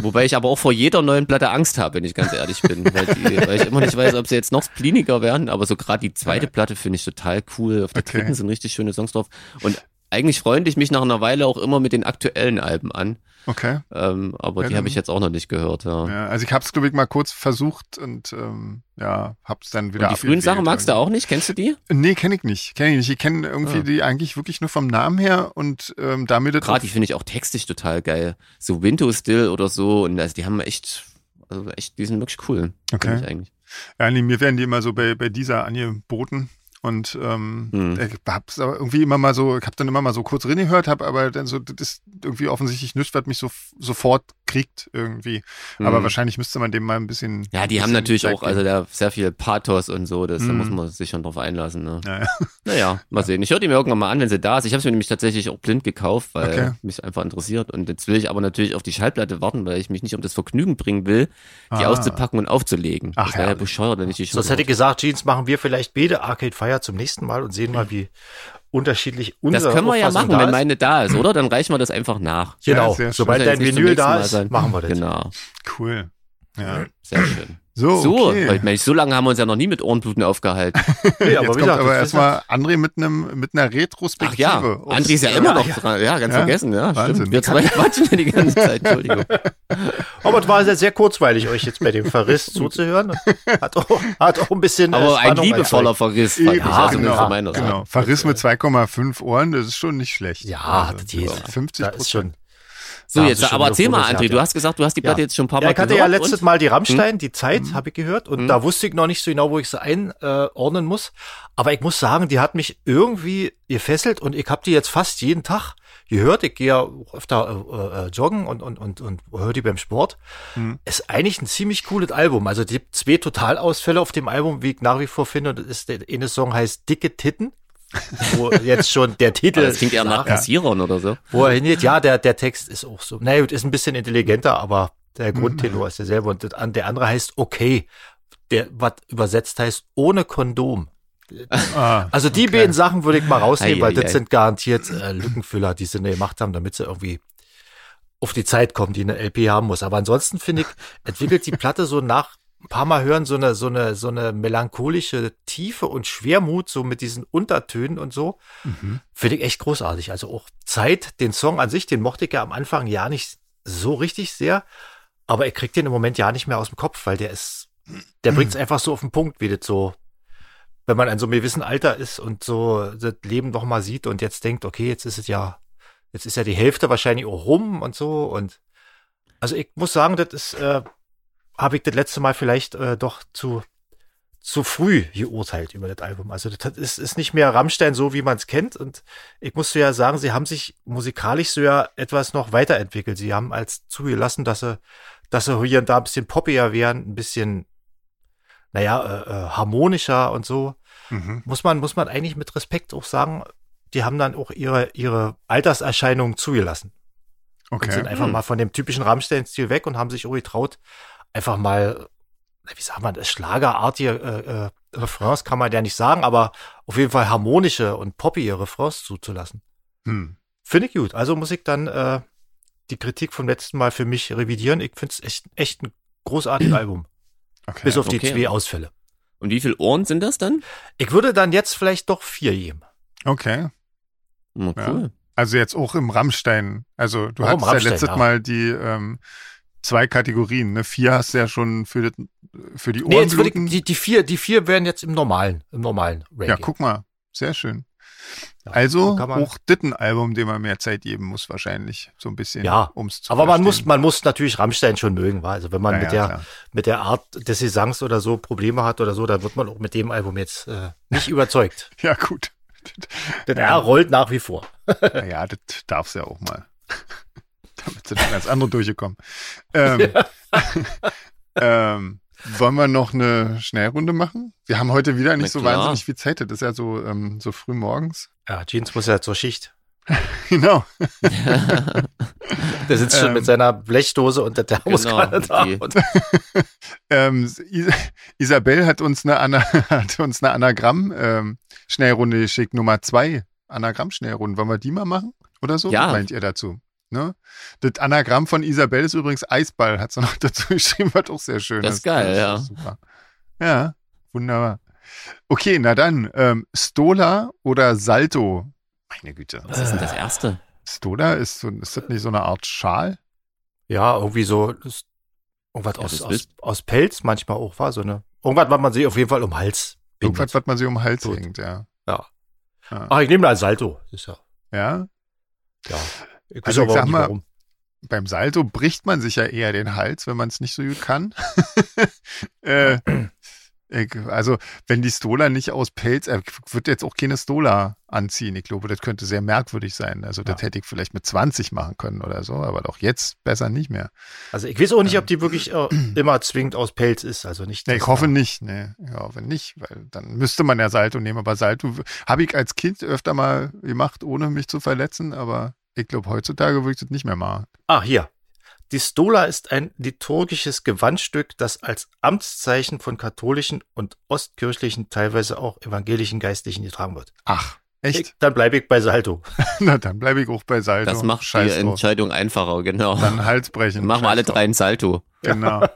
wobei ich aber auch vor jeder neuen Platte Angst habe, wenn ich ganz ehrlich bin. Weil, die, weil ich immer nicht weiß, ob sie jetzt noch spliniger werden. Aber so gerade die zweite Platte finde ich total cool. Auf der Okay. dritten sind richtig schöne Songs drauf. Und eigentlich freunde ich mich nach einer Weile auch immer mit den aktuellen Alben an. okay. Ähm, aber Ja, die dann- habe ich jetzt auch noch nicht gehört. Ja. Ja, also ich hab's, glaube ich, mal kurz versucht und ähm, ja, hab's dann wieder Und die frühen Sachen magst du auch nicht? Kennst du die? Nee, kenne ich nicht. Kenne ich nicht. Ich kenne irgendwie Ah. die eigentlich wirklich nur vom Namen her und ähm, damit das Gerade die finde ich auch textlich total geil. So Windows Still oder so. Und also die haben echt, also echt, die sind wirklich cool. Okay. finde Ich eigentlich. Ja, nee, mir werden die immer so bei, bei dieser angeboten. Und ähm, Hm. ich hab's aber irgendwie immer mal so, ich hab dann immer mal so kurz reingehört, hab aber dann so, das ist irgendwie offensichtlich nichts, was mich so sofort kriegt irgendwie. Aber Hm. wahrscheinlich müsste man dem mal ein bisschen. Ja, die haben bisschen natürlich Zeit auch, also da sehr viel Pathos und so, das, da Mhm. muss man sich schon drauf einlassen. Ne? Ja, ja. Naja, mal sehen. Ich höre die mir irgendwann mal an, wenn sie da ist. Ich habe mir nämlich tatsächlich auch blind gekauft, weil Okay. mich einfach interessiert. Und jetzt will ich aber natürlich auf die Schallplatte warten, weil ich mich nicht um das Vergnügen bringen will, die Ah. auszupacken und aufzulegen. Ach, das wäre ja herrlich. bescheuert, wenn ich die schon. Sonst hätte ich gesagt, Jeans machen wir vielleicht beide Arcade Fire zum nächsten Mal und sehen mal, wie unterschiedlich unsere das können wir ja Auffassung machen, da wenn ist. meine da ist, oder? Dann reichen wir das einfach nach. Ja, Genau, sehr schön. sobald Muss ja dein jetzt nicht zum Vinyl nächsten da Mal ist, sein. machen wir das. Genau, Cool. Ja. sehr schön. Oh, So, so, okay. weil, Mensch, so lange haben wir uns ja noch nie mit Ohrenbluten aufgehalten. Nee, Jetzt aber wie kommt gesagt, aber das- erstmal André mit einem mit einer Ach Retrospektive. ja, Oh, Ups. André ist ja immer noch dran. Ja, ganz Ja. vergessen, ja. Wahnsinn. Stimmt. Wir zwei quatschen ja die ganze Zeit, Entschuldigung. Aber es war sehr, sehr kurzweilig, euch jetzt bei dem Verriss zuzuhören. Hat auch, hat auch ein bisschen. äh, Aber ein Spannung liebevoller erzeugt. Verriss. Eben, fand ich, also genau, von meiner Seite. genau. Verriss mit 2,5 Ohren, das ist schon nicht schlecht. Ja, also, das ist- 50 Da ist schon. So, Da hast jetzt, du schon aber wieder erzähl mal, Fotos André, gehabt, du ja. hast gesagt, du hast die Platte Ja. jetzt schon ein paar Ja, Mal ich hatte gehört. ja letztes und? Mal die Rammstein, die Zeit habe ich gehört und Hm. da wusste ich noch nicht so genau, wo ich sie einordnen muss. Aber ich muss sagen, die hat mich irgendwie gefesselt und ich habe die jetzt fast jeden Tag gehört. Ich gehe ja auch öfter äh, äh, joggen und, und, und, und höre die beim Sport. Hm. Mhm. Ist eigentlich ein ziemlich cooles Album. Also die gibt zwei Totalausfälle auf dem Album, wie ich nach wie vor finde. Und das ist, der eine Song heißt Dicke Titten. wo jetzt schon der Titel. Aber das klingt eher nach Kassierern oder so. Wo er hingeht, ja, der, der Text ist auch so. Na gut, ist ein bisschen intelligenter, aber der Grundtenor ist derselbe. Und das an- der andere heißt okay. Der, was übersetzt heißt ohne Kondom. Ah, Also die beiden Sachen würde ich mal rausnehmen, Ei, weil ei, das ei. sind garantiert äh, Lückenfüller, die sie gemacht haben, damit sie irgendwie auf die Zeit kommen, die eine LP haben muss. Aber ansonsten finde ich, entwickelt die Platte so nach ein paar Mal hören so eine, so eine, so eine melancholische Tiefe und Schwermut, so mit diesen Untertönen und so. mhm, Finde ich echt großartig. Also auch Zeit, den Song an sich, den mochte ich ja am Anfang ja nicht so richtig sehr, aber ich krieg den im Moment ja nicht mehr aus dem Kopf, weil der ist, der bringt es einfach so auf den Punkt, wie das so, wenn man an so einem gewissen Alter ist und so das Leben noch mal sieht und jetzt denkt, okay, jetzt ist es ja, jetzt ist ja die Hälfte wahrscheinlich auch rum und so und also ich muss sagen, das ist, äh, habe ich das letzte Mal vielleicht äh, doch zu zu früh geurteilt über das Album. Also das hat- ist, ist nicht mehr Rammstein so, wie man es kennt. Und ich muss ja sagen, sie haben sich musikalisch so ja etwas noch weiterentwickelt. Sie haben als zugelassen, dass sie, dass sie hier und da ein bisschen poppier wären, ein bisschen, naja, äh, äh, harmonischer und so. mhm. Muss man, muss man eigentlich mit Respekt auch sagen, die haben dann auch ihre, ihre Alterserscheinungen zugelassen und sind Okay. einfach Hm. mal von dem typischen Rammstein-Stil weg und haben sich auch getraut, einfach mal, na, wie sagt man, das schlagerartige äh, äh, Refrains kann man ja nicht sagen, aber auf jeden Fall harmonische und poppige Refrains zuzulassen. Hm. Finde ich gut. Also muss ich dann äh, die Kritik vom letzten Mal für mich revidieren. Ich finde es echt, echt ein großartiges Album. Okay. Bis auf die okay. zwei Ausfälle. Und wie viel Ohren sind das dann? Ich würde dann jetzt vielleicht doch vier geben. okay. Oh, Ja. cool. Also jetzt auch im Rammstein. Also du Auch im hattest ja Rammstein, letztes ja. Mal die ähm, zwei Kategorien. Ne? Vier hast du ja schon für, das, für die Nee, jetzt würde ich, Ohrenbluten. die, die vier, die vier wären jetzt im normalen, im normalen Ranking. ja, guck mal. Sehr schön. Ja, Also kann man- auch ditten Album, dem man mehr Zeit geben muss wahrscheinlich. So ein bisschen, Ja, um's zu Aber man muss, verstehen. man muss natürlich Rammstein schon mögen, wa? Also wenn man Ja, ja, mit der klar. mit der Art des Gesangs oder so Probleme hat oder so, dann wird man auch mit dem Album jetzt äh, nicht überzeugt. Ja, gut. Denn er rollt nach wie vor. Naja, das darf's ja auch mal. Damit sind dann ganz andere durchgekommen. Ähm, ähm, wollen wir noch eine Schnellrunde machen? Wir haben heute wieder nicht so Na klar. wahnsinnig viel Zeit. Das ist ja so, ähm, so früh morgens. Ja, Jeans muss ja zur Schicht. Genau. Der sitzt schon Ähm, mit seiner Blechdose unter der genau, Hauskanne da. die- Und Ähm, Is Isabel hat uns eine, Ana hat uns eine Anagramm-Schnellrunde geschickt, Nummer zwei. Anagramm-Schnellrunden. Wollen wir die mal machen? Oder so? Ja. Was meint ihr dazu? Ne? Das Anagramm von Isabel ist übrigens Eisball, hat sie noch dazu geschrieben, was auch sehr schön Das ist geil, ja. Super. Ja, wunderbar. Okay, na dann, ähm, Stola oder Salto? Meine Güte. Was ist denn das erste? Stola ist, so, ist das nicht so eine Art Schal? ja, irgendwie so ist irgendwas Ja, aus, das aus, wisst- aus Pelz manchmal auch war so eine. Irgendwas, was man sich auf jeden Fall um den Hals bindet. Irgendwas, was man sich um den Hals Gut. hängt, ja. Ja. Ja. Ach, Ah, ich nehme da Salto. Ist ja. ja. ja. Ich Also weiß ich aber auch sag nicht mal, warum. beim Salto bricht man sich ja eher den Hals, wenn man es nicht so gut kann. äh, ich- also, wenn die Stola nicht aus Pelz, äh, ich würde jetzt auch keine Stola anziehen. Ich glaube, das könnte sehr merkwürdig sein. Also, das Ja. hätte ich vielleicht mit 20 machen können oder so, aber doch jetzt besser nicht mehr. Also ich weiß auch nicht, ob die wirklich äh, immer zwingend aus Pelz ist. Also nicht. Nee, dass ich hoffe da- nicht. Nee, ich hoffe nicht, weil dann müsste man ja Salto nehmen. Aber Salto w- habe ich als Kind öfter mal gemacht, ohne mich zu verletzen, aber ich glaube, heutzutage würde ich das nicht mehr machen. Ah, hier. Die Stola ist ein liturgisches Gewandstück, das als Amtszeichen von katholischen und ostkirchlichen, teilweise auch evangelischen Geistlichen getragen wird. Ach, echt? Ich, dann bleibe ich bei Salto. Na, dann bleibe ich auch bei Also, Salto. Das macht Scheiß die drauf. Entscheidung einfacher, genau. Dann Hals brechen. Dann machen wir alle Scheiß drauf. drei ein Salto. Genau.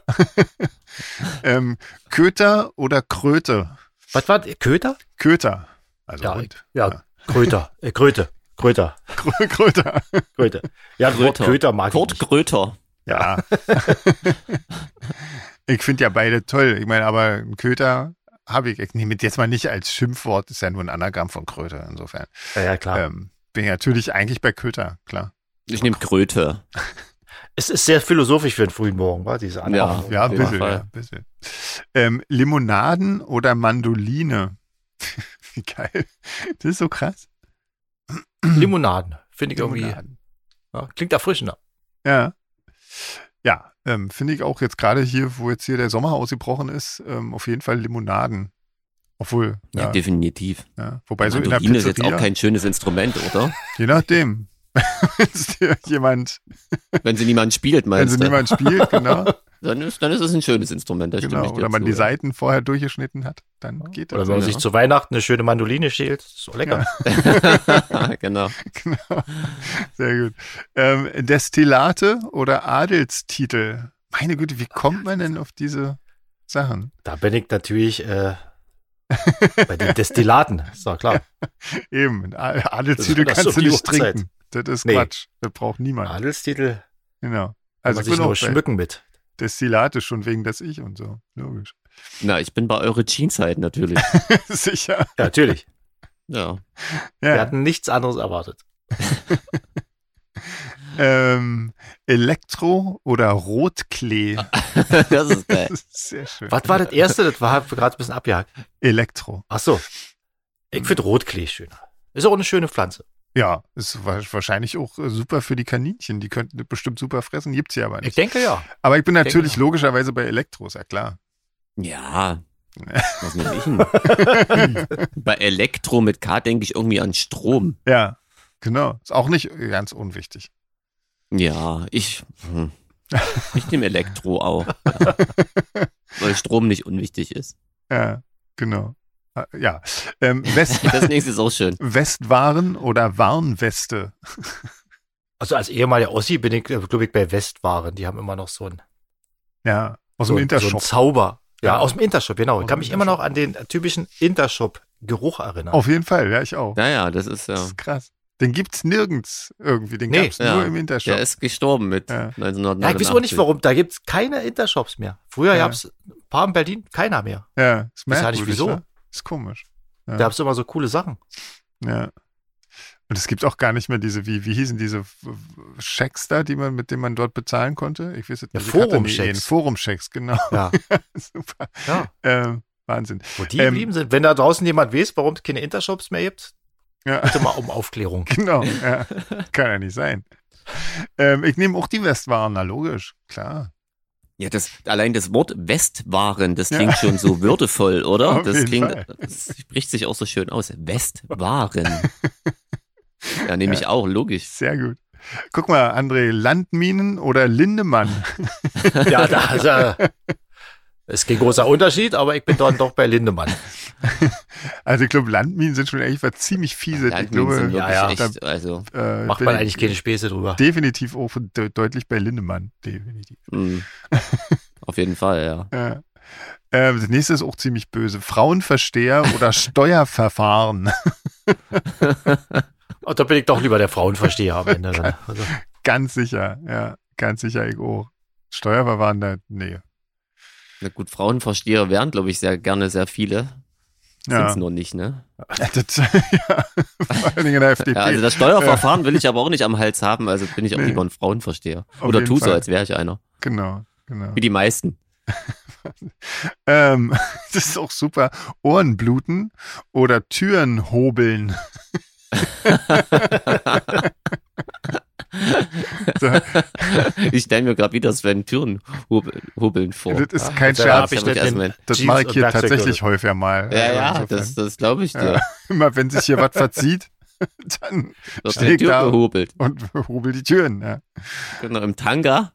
ähm, Köter oder Kröte? Was war das? Köter? Köter. Also Ja, Hund. Ja, Kröter. Äh, Kröte. Kröter. Krö- Kröter. Kröte. Ja, Kröter, Kröter mag Kurt ich. Nicht. Gröter. Ja. ich finde ja beide toll. Ich meine, aber ein Köter habe ich, ich nehme das jetzt mal nicht als Schimpfwort, ist ja nur ein Anagramm von Kröte insofern. Ja, ja, klar. Ähm, bin ja natürlich eigentlich bei Köter, klar. Ich nehme Kröte. Es ist sehr philosophisch für den frühen Morgen, war diese Anfang. Ja, ein Auf jeden bisschen. Fall. Ja, ein bisschen. Ähm, Limonaden oder Mandoline? Wie geil. Das ist so krass. Limonaden. Finde Finde ich irgendwie. Limonaden. Ja, klingt erfrischender. Ja. Ja, ähm, finde ich auch jetzt gerade hier, wo jetzt hier der Sommer ausgebrochen ist, ähm, auf jeden Fall Limonaden. Obwohl, ja, Ja, ja, definitiv. wobei so in Also der Mandoline ist jetzt Pizzeria, auch kein schönes Instrument, oder? je nachdem, wenn es dir jemand, Wenn sie niemand spielt, wenn meinst sie du? niemand spielt, genau, Dann ist, dann ist es ein schönes Instrument, da stimme genau ich dir oder man zu, die ja. Seiten vorher durchgeschnitten hat, dann geht Oder das. wenn man Ja. sich zu Weihnachten eine schöne Mandoline schält, ist auch lecker. genau. Genau. Sehr gut. Ähm, Destillate oder Adelstitel. Meine Güte, wie kommt man denn auf diese Sachen? Da bin ich natürlich äh, bei den Destillaten. Ist doch klar. Eben, A- Adelstitel Das ist kannst du um die nicht Uhrzeit. trinken. Das ist Nee. Quatsch. Das braucht niemand. Adelstitel Genau. Also also man ich sich bin auch nur bei schmücken mit. Destillate schon wegen des Ich und so. Logisch. Na, ich bin bei eure Jeans halt natürlich. Sicher. Ja, natürlich. Ja. Wir Ja. hatten nichts anderes erwartet. Ähm, Elektro oder Rotklee. Das Das ist geil. ist sehr schön. Ah, Was war das erste? Das war gerade ein bisschen abgehakt. Elektro. Ach so. Ich finde Rotklee schöner. Ist auch eine schöne Pflanze. Ja, ist wa- wahrscheinlich auch äh, super für die Kaninchen. Die könnten das bestimmt super fressen. Gibt's ja aber nicht. Ich denke ja. Aber ich bin Denke natürlich ich auch. logischerweise bei Elektro, ist ja klar. Ja. Was nehme ich denn? Bei Elektro mit K denke ich irgendwie an Strom. Ja, genau. Ist auch nicht ganz unwichtig. Ja, ich. Hm. Ich nehme Elektro auch. Ja. Weil Strom nicht unwichtig ist. Ja, genau. Ah, Ja. Ähm, West Das nächste ist auch schön. Westwaren oder Warnweste? Also als ehemaliger Ossi bin ich, glaube ich, bei Westwaren. Die haben immer noch so einen, Ja, aus so, dem einen- so einen Intershop. Zauber. Ja, Ja. aus dem Intershop, genau. Aus Ich kann dem mich immer noch an den äh, typischen Intershop-Geruch erinnern. Auf jeden Fall, ja, ich auch. Naja, das ist Das ja. ist krass. Den gibt's nirgends irgendwie. Den Nee, gab's ja. nur im Intershop. Der ist gestorben mit Ja. 1989. ja, ich weiß auch nicht warum. Da gibt es keine Intershops mehr. Früher Ja. gab es ein paar in Berlin, keiner mehr. ja, ist weiß ja merkwürdig. nicht, wieso. ne? Ist komisch. Ja. Da gab es immer so coole Sachen. Ja. Und es gibt auch gar nicht mehr diese, wie, wie hießen diese F- F- Schecks da, die man, mit denen man dort bezahlen konnte? Ich weiß jetzt Ja, nicht. ich hatte nie Forum-Schecks. einen. Forum-Schecks, genau. Ja, Super. ja. Ähm, Wahnsinn. Wo die Ähm, geblieben sind. Wenn da draußen jemand weiß, warum es keine Intershops mehr gibt, Ja, bitte mal um Aufklärung. genau. Ja. Kann ja nicht sein. Ähm, ich nehme auch die Westwaren, na logisch, klar. Ja, das, allein das Wort Westwaren, das Ja. klingt schon so würdevoll, oder? Auf das jeden klingt, Fall. das spricht sich auch so schön aus. Westwaren. ja, nehme ich auch, logisch. Sehr gut. Guck mal, André, Landminen oder Lindemann? Ja, da ist äh, ist kein großer Unterschied, aber ich bin dann doch bei Lindemann. Also ich glaube, Landminen sind schon echt was ziemlich fiese. ich Landminen glaube, sind wirklich ja, ja. echt, also, äh, Macht bin man ich eigentlich keine Späße drüber. Definitiv auch de deutlich bei Lindemann. Definitiv. mh, hm. auf jeden Fall, ja. Ja. Ähm, das nächste ist auch ziemlich böse. Frauenversteher oder Steuerverfahren. Und da bin ich doch lieber der Frauenversteher am Ende. Dann. Also, ganz sicher, ja, ganz sicher, ich auch. Steuerverfahren, da, nee. Na gut, Frauenversteher wären, glaube ich, sehr gerne sehr viele. Ja. Sind's nur nicht, ne? Das, ja, vor allen Dingen in der FDP. Ja, also das Steuerverfahren will ich aber auch nicht am Hals haben, also bin ich auch Nee. lieber ein Frauenversteher. Auf Oder jeden tu so, Fall. als wäre ich einer. genau, genau. Wie die meisten. Ähm, das ist auch super. Ohrenbluten oder Türen hobeln. so, Ich stelle mir gerade wieder Sven Türen hub- hubeln Oh, vor. das ist kein da hab Scherz. ich nicht erst den mal- Das Jeans mache ich und hier Werkzeuggürtel. tatsächlich häufiger mal. Ja, Also ja, insofern. das, das glaube ich dir. Ja. Immer wenn sich hier was verzieht, dann Wird Schlägt die Tür da- gehobelt. und hobel die Türen. Ja. Genau, im Tanga.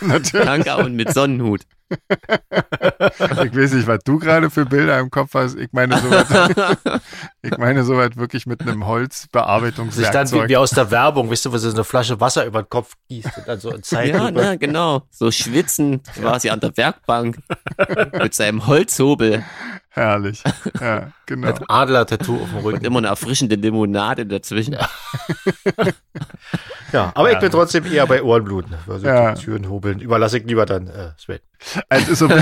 Natürlich. Tanga und mit Sonnenhut. Ich weiß nicht, was du gerade für Bilder im Kopf hast. Ich meine sowas, ich meine sowas wirklich mit einem sich dann wie, Holzbearbeitungswerkzeug. wie aus der Werbung, weißt du, wo sie so eine Flasche Wasser über den Kopf gießt und dann so in Ja, Zeitlupe. na, genau. So schwitzend quasi an der Werkbank mit seinem Holzhobel Herrlich. Ja, genau. Mit Adler-Tattoo auf dem und Rücken. immer eine erfrischende Limonade dazwischen. Ja, aber Ja. ich bin trotzdem eher bei Ohrenbluten. Also Ja. die Türen hobeln. Überlasse ich lieber dann äh, Sven. Also ist, auf,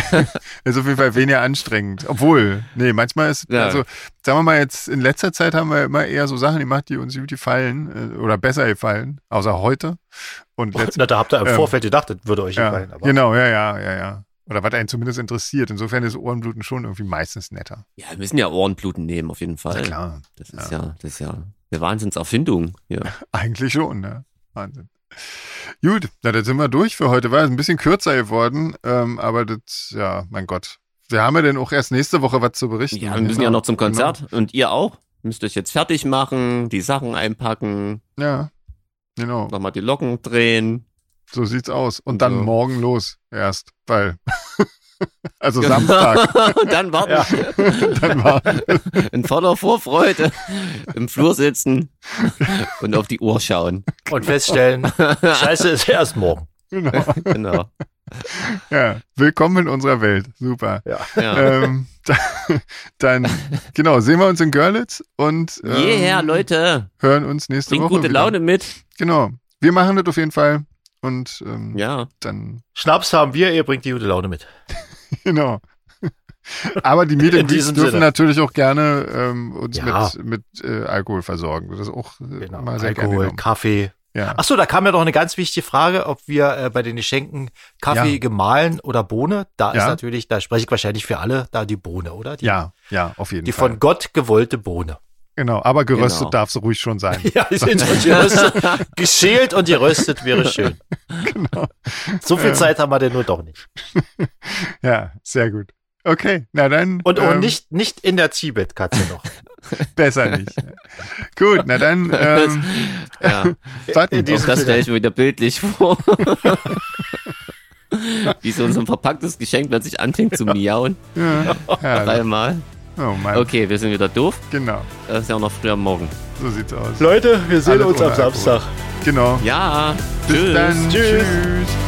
ist auf jeden Fall weniger anstrengend. Obwohl, nee, manchmal ist, Ja. also sagen wir mal jetzt, in letzter Zeit haben wir immer eher so Sachen gemacht, die uns gut gefallen äh, oder besser gefallen, außer heute. Und letzte Na, da habt ihr im Ähm, Vorfeld gedacht, das würde euch gefallen. Ja, Aber genau, ja, ja, ja, ja. Oder was einen zumindest interessiert. Insofern ist Ohrenbluten schon irgendwie meistens netter. Hm. Ja, wir müssen ja Ohrenbluten nehmen, auf jeden Fall. klar. Das ist ja, das ist ja Eine Wahnsinnserfindung hier. Eigentlich schon, ne? Wahnsinn. Gut, na, dann sind wir durch für heute. War jetzt ein bisschen kürzer geworden, ähm, aber das, ja, mein Gott. Wir haben ja denn auch erst nächste Woche was zu berichten. Genau. Ja, wir müssen ja noch zum Konzert und ihr auch. Müsst euch jetzt fertig machen, die Sachen einpacken, Genau. Ja, genau. nochmal die Locken drehen. So sieht's aus. Und dann So. morgen los erst, weil. also Samstag. und dann warten. Ja. dann war, in voller Vorfreude im Flur sitzen und auf die Uhr schauen. Und feststellen, scheiße ist erst morgen. genau. Genau. Ja. Willkommen in unserer Welt. Super. Ja. Ähm, da, dann, genau, sehen wir uns in Görlitz und ähm, Yeah, Leute, hören uns nächste bringt Woche. gute wieder. Laune mit. Genau. Wir machen das auf jeden Fall. Und ähm, Ja, dann, Schnaps haben wir, ihr bringt die gute Laune mit. genau. Aber die Meet In and Greets diesem dürfen Sinne. natürlich auch gerne ähm, uns Ja. mit, mit äh, Alkohol versorgen. Das ist auch äh, Genau. mal sehr gerne. Alkohol, genommen. Kaffee. Ja. Achso, da kam ja noch eine ganz wichtige Frage, ob wir äh, bei den Geschenken Kaffee Ja. gemahlen oder Bohne. Da ist Ja. natürlich, da spreche ich wahrscheinlich für alle, da die Bohne, oder? Die, ja, ja, auf jeden die Fall. von Gott gewollte Bohne. Genau, aber geröstet Genau. darf es ruhig schon sein. Ja, die sind schon geröstet. geschält und geröstet wäre schön. Genau. So viel Zeit haben wir denn nur doch nicht. Ja, sehr gut. Okay, na dann. Und auch ähm, nicht, nicht in der Tibet-Katze noch. Besser nicht. gut, na dann. Ähm, ja. warten. In Auch diesem das Sinne. stelle ich mir wieder bildlich vor. Wie so ein verpacktes Geschenk plötzlich anfängt zu miauen. ja, ja, Dreimal. oh Mann, Okay, wir sind wieder doof. genau. Das ist ja auch noch früh am Morgen. So sieht's aus. Leute, wir sehen Alles uns am ohne Alkohol. Samstag. Genau. Ja. Bis tschüss. dann. Tschüss. Tschüss.